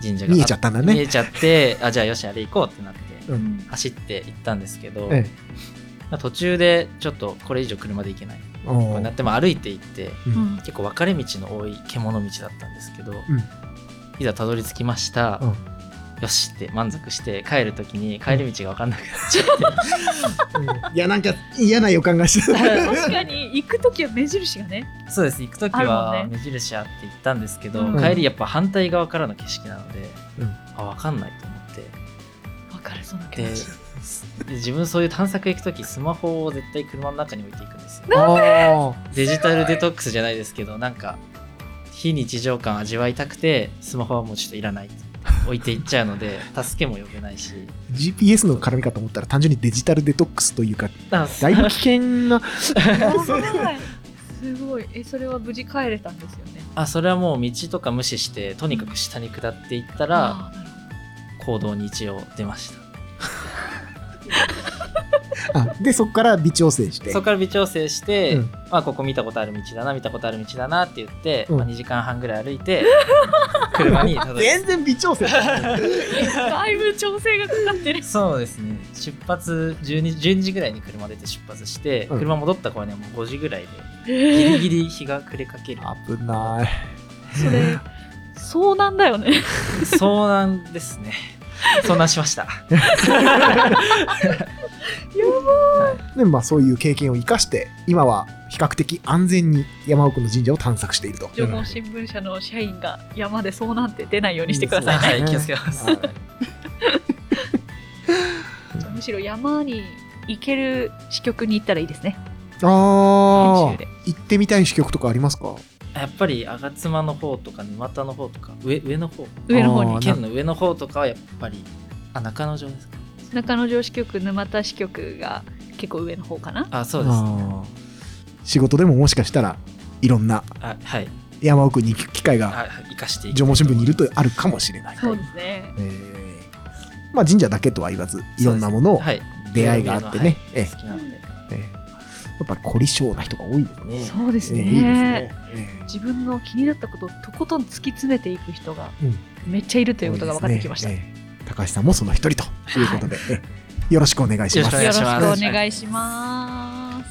I: 神社が
B: 見えちゃったんだね
I: 見えちゃってあじゃあよしあれ行こうってなって、
B: うん
I: 走って行ったんですけど、
B: ええ
I: まあ途中でちょっとこれ以上車で行けない
B: おー
I: こうなっても歩いて行って、
B: うん
I: 結構分かれ道の多い獣道だったんですけど、
B: ん
I: いざたどり着きました、
B: うん
I: よしって満足して帰る時に帰り道が分かんなくなっちゃ
B: いや、なんか嫌な予感がし
C: 確
B: て。
C: かに行く時は目印がね
I: うそうです行く時
C: ある
I: は
C: もん
I: 目印あって行ったんですけど、
C: うん
I: 帰りやっぱ反対側からの景色なので、
B: うん
I: あ分かんないと思って
C: 分かるその気
I: で
C: 持ち
I: で自分そういう探索行く時スマホを絶対車の中に置いていくんですよ
B: あ
I: デジタルデトックスじゃないですけどなんか非日常感味わいたくてスマホはもうちょっといらない置いていっちゃう ので助けも呼べないし
B: GPS の絡みかと思ったら単純にデジタルデトックスというか
I: あ
B: だいぶ危険 な
C: すごいえそれは無事帰れたんですよね
I: あそれはもう道とか無視してとにかく下に下っていったら行動に一応出まし
B: あでそこから微調整したて
I: そこから微調整して、
B: うん
I: まあ、ここ見たことある道だな見たことある道だなって言って、
B: うん
I: まあ、2時間半ぐらい歩いて車にたどり着い
B: 全然微調整
C: だいぶ調整がかかってる
I: そうですね出発 12, 12時ぐらいに車出て出発して、
B: うん
I: 車戻った頃にはもう5時ぐらいで ギ
C: え
I: リ
C: ー
I: ギリ日が暮れかける
B: 危ない
C: それ遭難だよね
I: 遭難ですね遭難しました
B: でまあそういう経験を生かして今は比較的安全に山奥の神社を探索していると
C: 情報新聞社の社員が山で遭難って出ないようにしてくださいね、
I: はい気をつけます
C: むしろ山に行ける支局に行ったらいいですね
B: あ
C: 編集
B: あ
C: で
B: 行ってみたい支局とかありますか
I: やっぱり吾妻の方とか沼田の方とか上上の方
C: 上の方に
I: あー県の上の方とかはやっぱりあ中野城ですか
C: 中野城支局沼田支局が結構上の方かな
I: あそうです
B: あー仕事でももしかしたらいろんな
I: あはい
B: 山奥に行く機会
I: あ
B: が
I: 生かしてい
B: 縄文新聞にいるとあるかもしれない、
C: そうですね
B: えーまあ、神社だけとは言わずいろんなものを
I: はい
B: 出会いがあってね、
I: はい
B: ええ
I: 好きなので
B: ええやっぱり凝り性な人が多いですね。
C: そうですね
B: ええいいですね
C: 自分の気になったことをとことん突き詰めていく人が
B: うん
C: めっちゃいるということが分かってきました、
B: 多いですねええ高橋さんもその一人ということで、ええよろしくお願いします。
C: よろしくお願いしま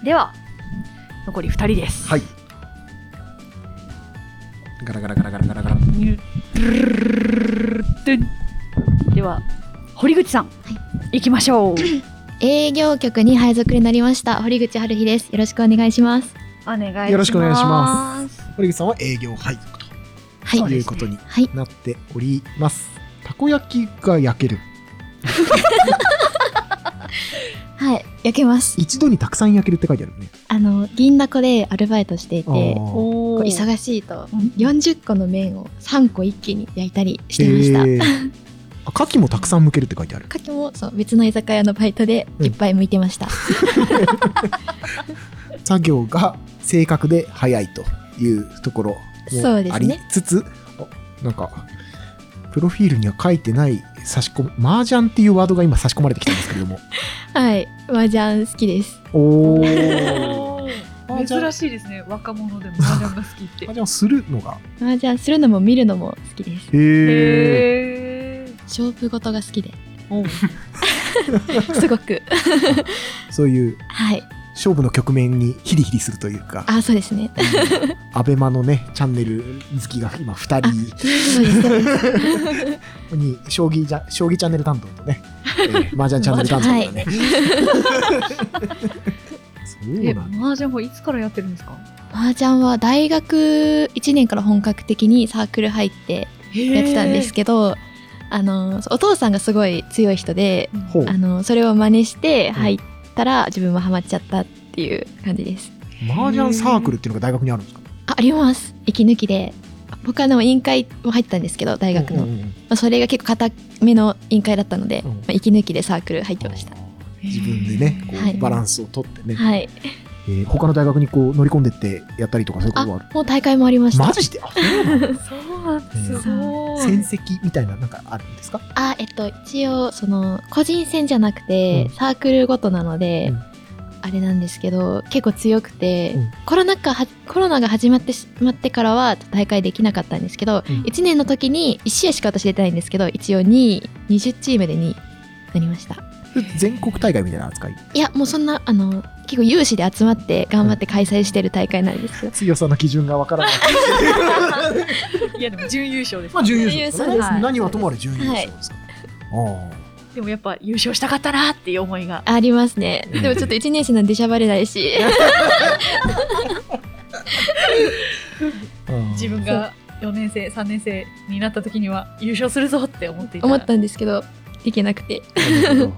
C: す。では、残り2人です。
B: はい。ガラガラガラガラガラガラ。
C: では、堀口さん、行きましょう。
H: 営業局に配属になりました堀口春日です。よろしくお願いします。
M: お願いします。
B: よろしくお願いします。堀口さんは営業配属と、
H: はい
B: ということになっております。たこ焼きが焼ける。
H: はい、焼けます。
B: 一度にたくさん焼けるって書いてあるよね。
H: あの銀だこでアルバイトしていて、
B: あー
H: こう忙しいと40個の麺を3個一気に焼いたりしてまし
B: へ
H: た。
B: ーあ牡蠣もたくさん剥けるって書い てある。
H: 牡蠣もそう別の居酒屋のバイトでいっぱい剥いてました。
B: 作業が正確で早いというところ
H: そうですね
B: もありつつ、あなんかプロフィールには書いてない差し込む麻雀っていうワードが今差し込まれてきたんですけれど も
H: はい、麻雀好きです。
B: お
M: 珍しいですね。若者でも麻雀が好きって。
B: 麻雀するのが
H: 麻雀するのも見るのも好きです。
B: へえ
H: 勝負事が好きで。 すごく。
B: そういう
H: はい。
B: 勝負の局面にヒリヒリするというか
H: あ、そうです ね。
B: アベマのねチャンネル好きが今2人
H: そうですそうです。
B: に将棋じゃ将棋チャンネル担当とね、えー、麻雀チャンネル担当とね、 そう
M: え、
B: なんだ
M: 麻雀もいつからやってるんですか。
H: 麻雀は大学1年から本格的にサークル入ってやってたんですけど、あのお父さんがすごい強い人で
B: ほう
H: あのそれを真似して入ったら自分もハマっちゃったっていう感じです。
B: 麻雀サークルっていうのが大学にあるんですか
H: ああります息抜きで他の委員会も入ったんですけど大学の、
B: うんうんうん
H: まあ、それが結構固めの委員会だったので、まあ、息抜きでサークル入ってました。
B: 自分でねこ
H: は
B: う
H: い
B: バランスをとってね、
H: はい、
B: えー他の大学にこう乗り込んでってやったりとかそういうことはある
H: もう大会もありました
B: マジであそうなん だ
H: すご
B: 戦績みたいななんかあるんですか
H: あえっと一応その個人戦じゃなくて、サークルごとなので、あれなんですけど結構強くて、コロナ禍はコロナが始まってしまってからは大会できなかったんですけど、1年の時に1試合しか私出てないんですけど一応2位20チームで2位になりました
B: 全国大会みたいな扱い
H: いやもうそんなあの結構有志で集まって頑張って開催してる大会なんですけど、
B: 強さの基準がわからない
M: いやでも準優勝です。
B: まあ準優勝ですね
M: はい
B: 何はともあれ準優勝ですかあ
M: でもやっぱ優勝したかったなっていう思いが。
H: ありますねでもちょっと1年生なんでしゃばれないし
M: 自分が4年生3年生になった時には優勝するぞって思っていた
H: 思ったんですけどできなくて
B: ー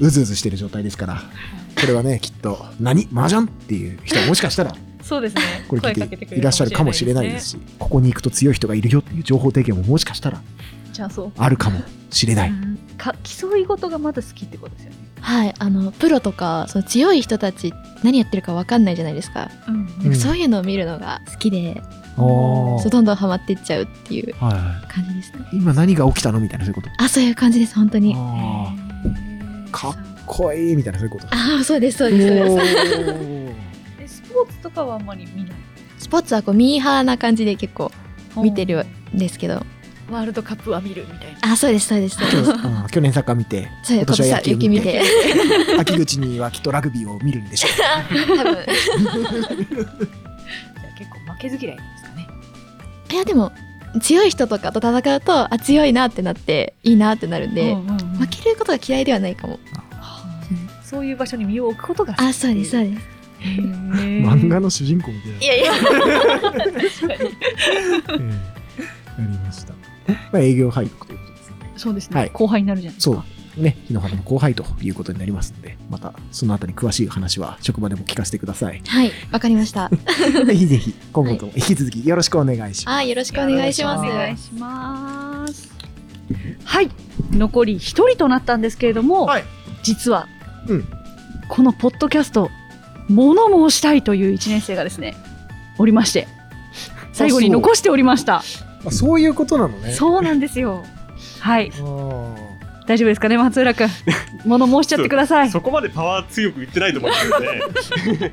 B: うずうずしてる状態ですからこれはねきっと「何麻雀?」っていう人はもしかしたら
M: そうですね
B: これ聞いていらっしゃるかもしれないですしここに行くと強い人がいるよっていう情報提供ももしかしたら
M: じゃあそう
B: あるかもしれない
M: か競い事がまだ好きってことですよね
H: はい、あのプロとかその強い人たち何やってるか分かんないじゃないですか,、
M: うん
H: なんかそういうのを見るのが好きで、
B: おー
H: そうどんどんハマっていっちゃうっていう
B: はい
H: 感じですね
B: 今何が起きたのみたいなそういうこと
H: あそういう感じです本当に
B: あーかっこいいみたいなそういうこと
H: あーそうですそうですそうです
B: おー
M: えスポーツとかはあんまり見ない
H: スポーツはこうミーハーな感じで結構見てるんですけど
M: ワールドカップは見るみ たいな
H: あそうですそうですそうです
B: あー去年サッカー見て
H: そう
B: 今年は野球見
H: 今年は野球見
B: て
H: て
B: 秋口にはきっとラグビーを見るんでしょう
H: 多分
M: 結構負けず嫌いなんですかね
H: いやでも強い人とかと戦うとあ強いなってなっていいなってなるんで、
M: うんうんうん
H: 負けることが嫌いではないかも
M: そういう場所に身を置くことが
H: あそうですそうです
B: 漫画の主人公みたいない
M: やいや確かに
B: なりました。まあ、営業配属ということですね。
M: そうです
B: はい
M: ね後輩になるじゃん
B: そう。ね、日野原の後輩ということになりますので、またそのあたり詳しい話は職場でも聞かせてく ださい。
H: はいわかりました
B: ぜひぜひ、今後とも引き続きよろしくお願いします。
H: あよろしくお願いしま
M: お
H: す
M: 願いしますはい残り一人となったんですけれども、実は、
B: うん
M: このポッドキャスト物申したいという1年生がですねおりまして最後に残しておりました
B: あそういうことなのね。
M: そうなんですよはい大丈夫ですかね松浦 君物申しちゃってください
K: そこまでパワー強く言ってないと思いますので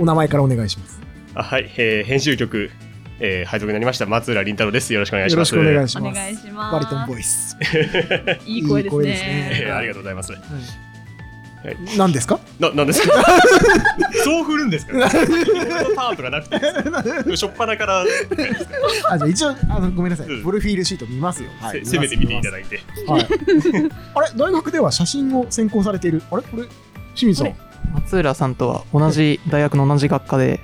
B: お名前からお願いします。
K: あはい、えー編集局、えー配属になりました松浦凛太郎ですよろしくお願いし
B: よろ
K: ま
B: し
K: す
B: くお願いします。
M: 願いします
B: バリトンボイス。
M: いい声ですね
K: えーありがとうございます、
B: 何ですか
K: ななんですかそう振るんですから。先ほどのターンとかなくていいですから。しょっぱなから、
B: あじゃあ一応あのごめんなさい、プロフィールシート見ますよ。は
K: せせめて見ていただいて。
B: はい、あれ大学では写真を専攻されている。あれこれ清水さん。
E: 松浦さんとは同じ大学の同じ学科で、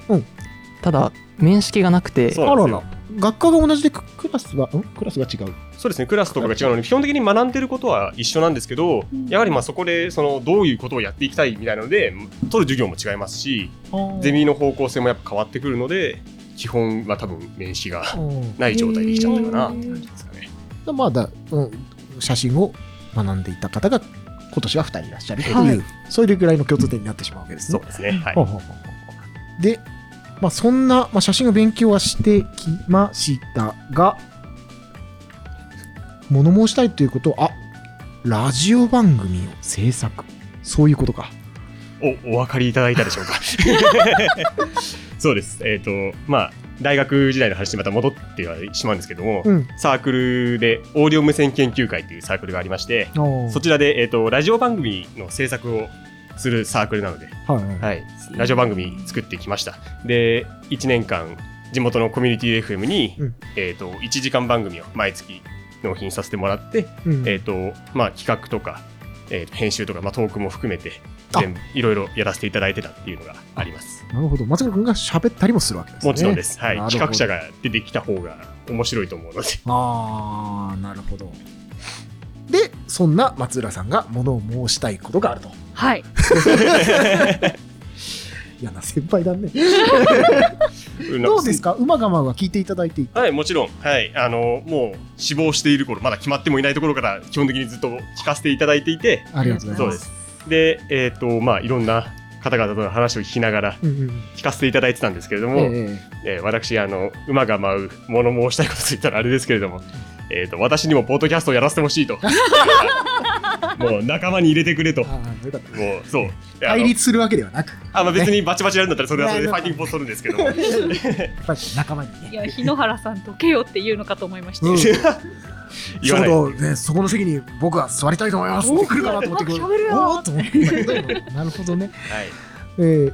E: ただ面識がなくて
K: そうなんですよ
B: 学科が同じでククラスはんクラスが違う。
K: そうですね、クラスとかが違うのに、基本的に学んでることは一緒なんですけど、やはりまあそこでそのどういうことをやっていきたいみたいなので、取る授業も違いますし、ゼミの方向性もやっぱ変わってくるので、基本は多分名刺が
B: うん
K: ない状態できちゃったかな。
B: まあだ、うん、写真を学んでいた方が今年は2人いらっしゃるという、
K: はい
B: それぐらいの共通点になってしまうわけですね。
K: そうですねはい
B: ほうほうほうほうで、まあ、そんな、まあ、写真の勉強はしてきましたが物申したいということはあラジオ番組を制作そういうことか。
K: お、お分かりいただいたでし ょうか。そうです。えっ、と、まあ、大学時代の話にまた戻ってはしまうんですけども、
B: うん
K: サークルで、オーディオ無線研究会というサークルがありまして、
B: おー
K: そちらで、えっ、と、ラジオ番組の制作をするサークルなので、
B: はいはい
K: はい、ラジオ番組作ってきました。で、1年間、地元のコミュニティ FM に、
B: うん
K: えっ、と、1時間番組を毎月納品させてもらって、
B: うん
K: えっ、と、まあ、企画とか、えーと編集とか、まあ、トークも含めて、全部いろいろやらせていただいてたっていうのがあります。
B: なるほど松村君が喋ったりもするわけですね。
K: もちろんです。はい
B: なる。ほど
K: 企画者が出てきた方が面白いと思うので。
B: ああなるほど。でそんな松浦さんが物を申したいことがあると。
M: はい。
B: 嫌な先輩だね。
K: ん
B: どうですか馬がまは聞いていただいていて。
K: はい、もちろん。はい。あの、もう、死亡している頃、まだ決まってもいないところから、基本的にずっと聞かせていただいていて。
B: ありがとうございます
K: そうです。で、えっ、と、まあ、いろんな方々との話を聞きながら、
B: うんうん
K: 聞かせていただいてたんですけれども、
B: え
K: えー私、あの、馬が舞う、物申したいことと言ったらあれですけれど も、えっ、と、私にもポッドキャストをやらせてほしいと。もう、仲間に入れてくれと。もう、そう。であの
B: 対立するわけではなく。
K: あ、まあ、別にバチバチやるんだったら、それはそれで
B: ね
K: ファイティングポーズ取るんですけども。
B: やっぱり仲間にね。
M: いや、日野原さんとけよって言うのかと思いました。
B: うんち
K: 言わ
B: ょ
K: な
B: う
K: い
B: どね、そこの席に僕は座りたいと思いますって来るかなと思ってくる。
M: おー喋るよー
B: おーと思ったけどなるほどね。えー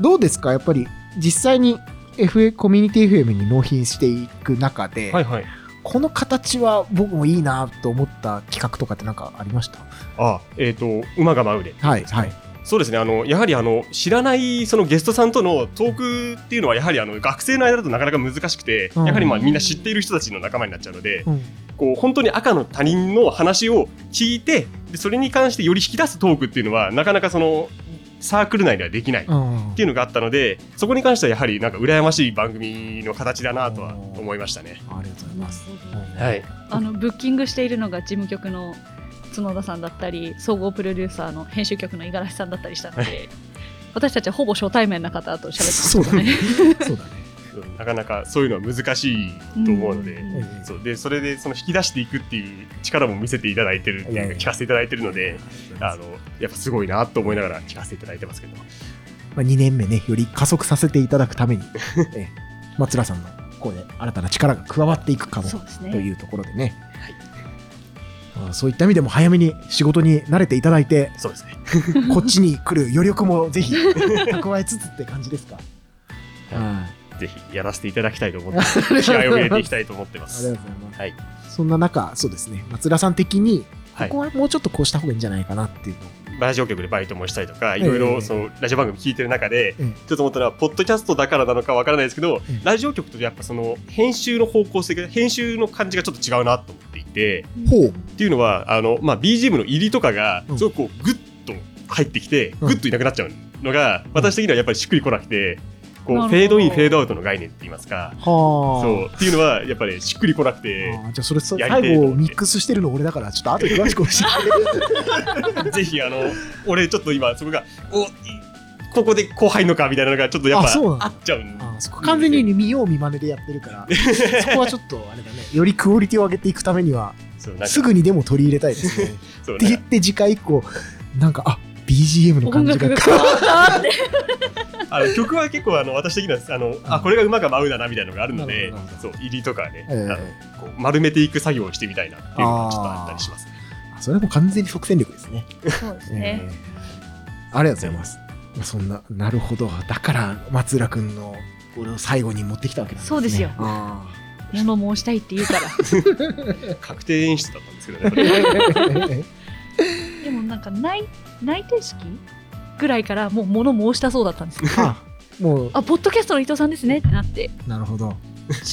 B: どうですかやっぱり実際に FA コミュニティ FM に納品していく中で、
K: はいはい
B: この形は僕もいいなと思った企画とかってなんかありました
K: あ、えっ、と、馬が舞うで。
B: はいはい。
K: そうですねあのやはりあの知らないそのゲストさんとのトークっていうのはやはりあの学生の間だとなかなか難しくて、
B: うん
K: やはりまあみんな知っている人たちの仲間になっちゃうので、
B: うん
K: こう本当に赤の他人の話を聞いてでそれに関してより引き出すトークっていうのはなかなかそのサークル内ではできない
B: うん
K: っていうのがあったので、そこに関してはやはりなんか羨ましい番組の形だなとは思いましたね。
B: ありがとうございます。
K: はい、
M: あのブッキングしているのが事務局の角田さんだったり総合プロデューサーの編集局の五十嵐さんだったりしたので私たちはほぼ初対面な方と喋ってましたね。
K: うんなかなかそういうのは難しいと思うので、そうでそれでその引き出していくっていう力も見せていただいてるっていうか聞かせていただいてるので、あのやっぱすごいなと思いながら聞かせていただいてますけど、
B: まあ、2年目ね、より加速させていただくために、ええ松浦さんのこうで新たな力が加わっていくかも、
M: そうですね
B: というところでね、ああそういった意味でも早めに仕事に慣れていただいて、
K: そうですね
B: こっちに来る余力もぜひ 蓄えつつって感じですか。
K: ぜひやらせていただきたいと思ってます 気合を入れていきたいと思ってます。
B: ありがとうございます
K: はい、
B: そんな中、そうですね、松浦さん的に、こ
K: はい
B: こはもうちょっとこうした方がいいんじゃないかなっていうのを
K: ラジオ局でバイトもしたりとか、
B: え
K: いろい
B: ええ
K: ろそのラジオ番組聞いてる中で、
B: ええ
K: ちょっと思ったのは、ポッドキャストだからなのかわからないですけど、ラジオ局とやっぱその編集の方向性が、編集の感じがちょっと違うなと思っていて、っていうのは、あのまあ、BGM の入りとかが、すごくこうグッと入ってきて、グッといなくなっちゃうのが、私的にはやっぱりしっくりこなくて、こ
B: なる
K: う
B: ほど
K: フェードイン、フェードアウトの概念って言いますか、
B: はあ
K: そうっていうのは、やっぱりしっくりこなくて、
B: じゃあそれそ
K: やりてえ
B: 最後ミックスしてるの俺だからちょっと後で詳しく教
K: ぜひあの俺ちょっと今そこがおいここで後輩のかみたいなのがちょっとやっ
B: あ
K: ぱ
B: そうなんだ
K: 合っちゃうんで
B: えてそこ完全に見よう見まねでやって るからそこはちょっとあれだねよりクオリティを上げていくためには
K: そうなんか
B: すぐにでも取り入れたいですね
K: そう
B: って
K: なん
B: 言
K: か
B: って次回以降なんかあ BGM の感じ が変わっ
K: あの曲は結構あの私的にはあのあこれが馬が舞うだなみたいなのがあるのでそう入りとかね、
B: ええ
K: あのこう丸めていく作業をしてみたいなっていうのがちょっとあったりしますね
B: あそれも完全に即戦力ですね
M: そうですね。
B: ありがとうございますそんななるほどだから松浦君の俺を最後に持ってきたわけなんですね
M: そうですよ
B: あ
M: 物申したいって言うから
K: 確定演出だったんですけ どね
M: でもなんか内内定式ぐらいからもう物申したそうだったんですよ
B: ーもう
M: あポッドキャストの伊藤さんですねってなって
B: なるほ
M: ち
B: ど
M: ょっと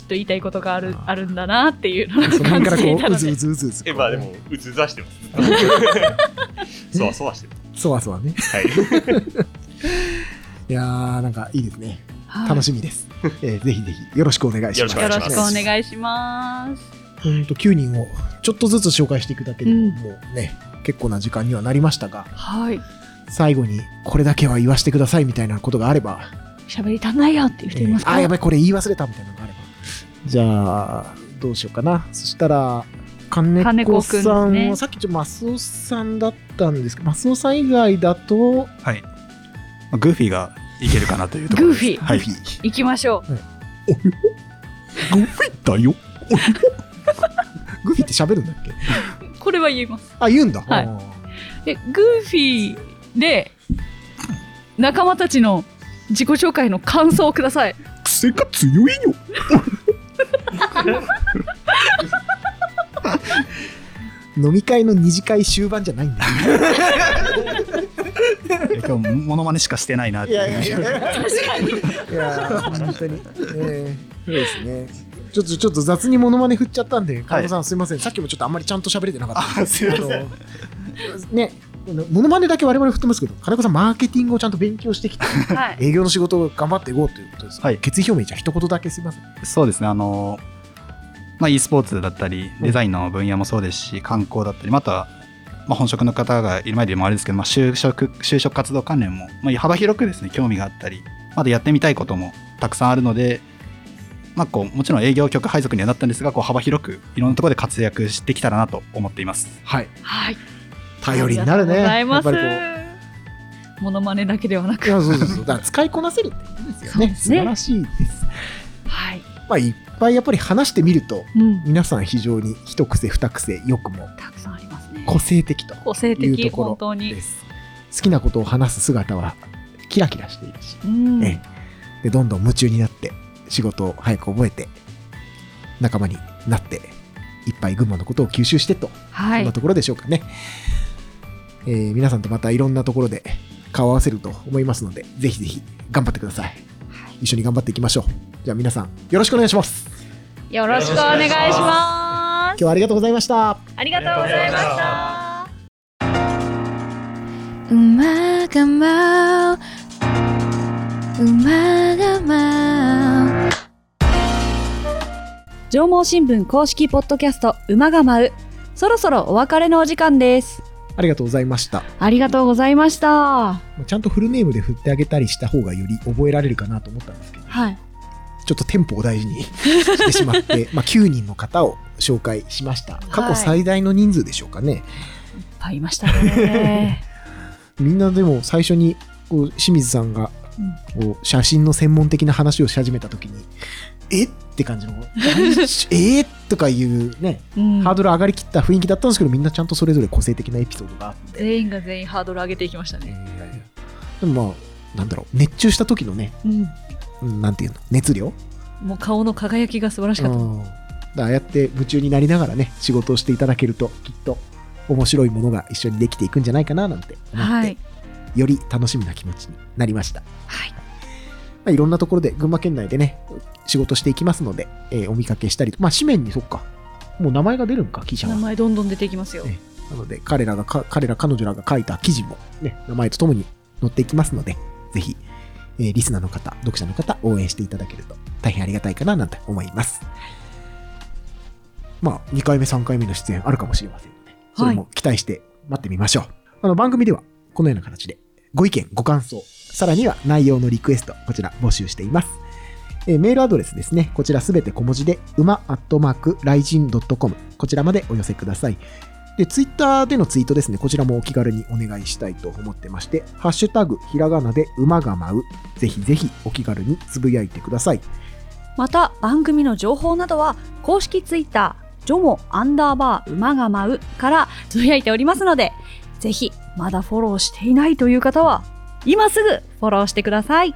M: 言いたいことがあるあるんだなっていうの
B: その
M: を感
B: 辺
M: じ
B: から
M: てい
B: こ
M: た
B: うう
M: の
B: ずう
M: で
B: ずうずうず
K: え、まあでも、うずうざして ます。そわそわしてる。
B: そわそわね
K: はい。
B: いやーなんかいいですね
M: はい
B: 楽しみです、えーぜひぜひよろしくお願いします
M: よろしくお願いします
B: うんと9人をちょっとずつ紹介していくだけでも,、
M: うん
B: もうね結構な時間にはなりましたが
M: はい
B: 最後にこれだけは言わせてくださいみたいなことがあれば、
M: 喋り足んないよっていう人いますか、
B: あやばいこれ言い忘れたみたいなのがあればじゃあどうしようかなそしたら金子さんは
M: 金子くんですね
B: さっきちょっとマスオさんだったんですけどマスオさん以外だと
J: はい。まあグーフィーがいけるかなというとこ
M: グ
J: ろ
M: ー
J: です。
M: フィー、
J: はい。
M: 行きましょう、
B: グーフィーだよグーフィーって喋るんだっけ
M: これは言います
B: あ言うんだ、
M: はい
B: あ
M: でグーフィーで仲間たちの自己紹介の感想をください
B: 癖が強いよー飲み会の二次会終盤じゃないんだ
J: え今日モノマネしかしてないなっていう。
B: いやー本当に、えー、そうですねちょっとちょっと雑にモノマネ振っちゃったんで、金子さん、すみません、さっきもちょっとあんまりちゃんと喋れてなかった
J: あすいません
B: あのね、モノマネだけ我々振ってますけど、金子さん、マーケティングをちゃんと勉強してきて、営業の仕事を頑張っていこうということです、
J: はい
B: 決意表明、じゃあ一言だけすみません。
J: そうですね、あの、まあ、e スポーツだったり、デザインの分野もそうですし、観光だったり、または、まあ、本職の方がいる前でもあれですけど、まあ、就職、就職活動関連も、まあ、幅広くですね、興味があったり、まだやってみたいこともたくさんあるので、まあ、こうもちろん営業局配属にはなったんですが、こう幅広くいろんなところで活躍してきたらなと思っています。
B: はい。
M: はい
B: 頼りになるね
M: ありがとうござい
B: やっ
M: ますモノマネだけではなく
B: いやそうそうそうだから使いこなせるってことですよね素晴らしいです
M: はい
B: まあいっぱいやっぱり話してみると、
M: うん
B: 皆さん非常に一癖二癖よくも
M: たくさんありますね
B: 個性的と
M: 個性
B: い
M: 的
B: うところ
M: 本当に
B: 好きなことを話す姿はキラキラしているし、
M: うん
B: ええでどんどん夢中になって仕事を早く覚えて仲間になっていっぱい群馬のことを吸収してと、
M: はい
B: そんなところでしょうかね、えー皆さんとまたいろんなところで顔を合わせると思いますのでぜひぜひ頑張ってください一緒に頑張っていきましょうじゃあ皆さんよろしくお願いします
M: よろしくお願いしま
B: 今日はありがとうございました
M: すありがとうございました
A: 馬が舞う馬が舞う
N: 上毛新聞公式ポッドキャスト「馬が舞う」そろそろお別れのお時間です
B: ありがとうございました
N: ありがとうございました
B: ちゃんとフルネームで振ってあげたりした方がより覚えられるかなと思ったんですけど
N: はい
B: ちょっとテンポを大事にしてしまって、まあ、9人の方を紹介しました。過去最大の人数でしょうかね。
M: いっぱいいましたね
B: みんなでも最初にこう清水さんがこう写真の専門的な話をし始めた時に、えって感じの、 えーとかいうね、ハードル上がりきった雰囲気だったんですけど、みんなちゃんとそれぞれ個性的なエピソードがあって、
M: 全員が全員ハードル上げていきましたね、
B: でもまあ、なんだろう、熱中した時のね、
M: うん、
B: うんなんていうの、熱量
M: もう顔の輝きが素晴らしかった、
B: うんだからああやって夢中になりながらね仕事をしていただけるときっと面白いものが一緒にできていくんじゃないかななんて思って、
M: はい
B: より楽しみな気持ちになりました、はいいろんなところで群馬県内でね仕事していきますので、えーお見かけしたりとまあ紙面にそっかもう名前が出るんか記者
M: 名
B: は
M: 前どんどん出てきますよ、
B: なので彼らがか彼ら彼女らが書いた記事も、ね、名前とともに載っていきますのでぜひ、えーリスナーの方読者の方応援していただけると大変ありがたいかななんて思いますまあ2回目3回目の出演あるかもしれませんのでそれも期待して待ってみましょう、あの番組ではこのような形でご意見ご感想さらには内容のリクエストこちら募集していますえーメールアドレスですね。こちらすべて小文字で、馬アットマーク、ライジン .com。こちらまでお寄せください。で、ツイッターでのツイートですね。こちらもお気軽にお願いしたいと思ってまして、ハッシュタグ、ひらがなで馬が舞う。ぜひぜひお気軽につぶやいてください。
N: また番組の情報などは公式ツイッタージョモアンダーバー馬が舞うからつぶやいておりますのでぜひまだフォローしていないという方は
C: 今すぐフォローしてください、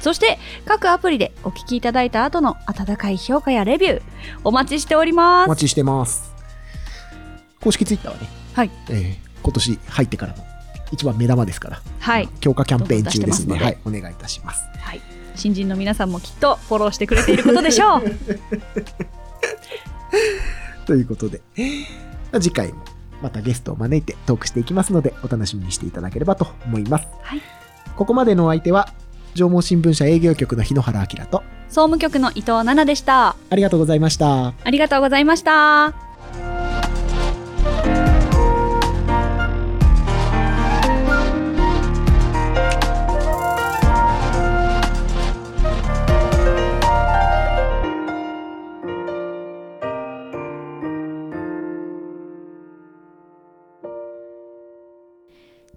C: そして各アプリでお聞きいただいた後の温かい評価やレビューお待ちしておりま
B: お
C: す
B: 待ちしてます公式ツイッターはね、
C: はい
B: えー今年入ってからの一番目玉ですから
C: はい
B: 強化キャンペーン中です
C: どんどん出してますの
B: ので
C: で
B: はい、お願いいたします
C: はい、新人の皆さんもきっとフォローしてくれていることでしょ う
B: ということで次回もまたゲストを招いてトークしていきますのでお楽しみにしていただければと思います、ここまでのお相手は上毛新聞社営業局の日野原明と
C: 総務局の伊藤奈々でした
B: ありがとうございました
C: ありがとうございました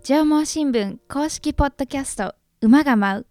A: 縄文新聞公式ポッドキャスト馬が舞う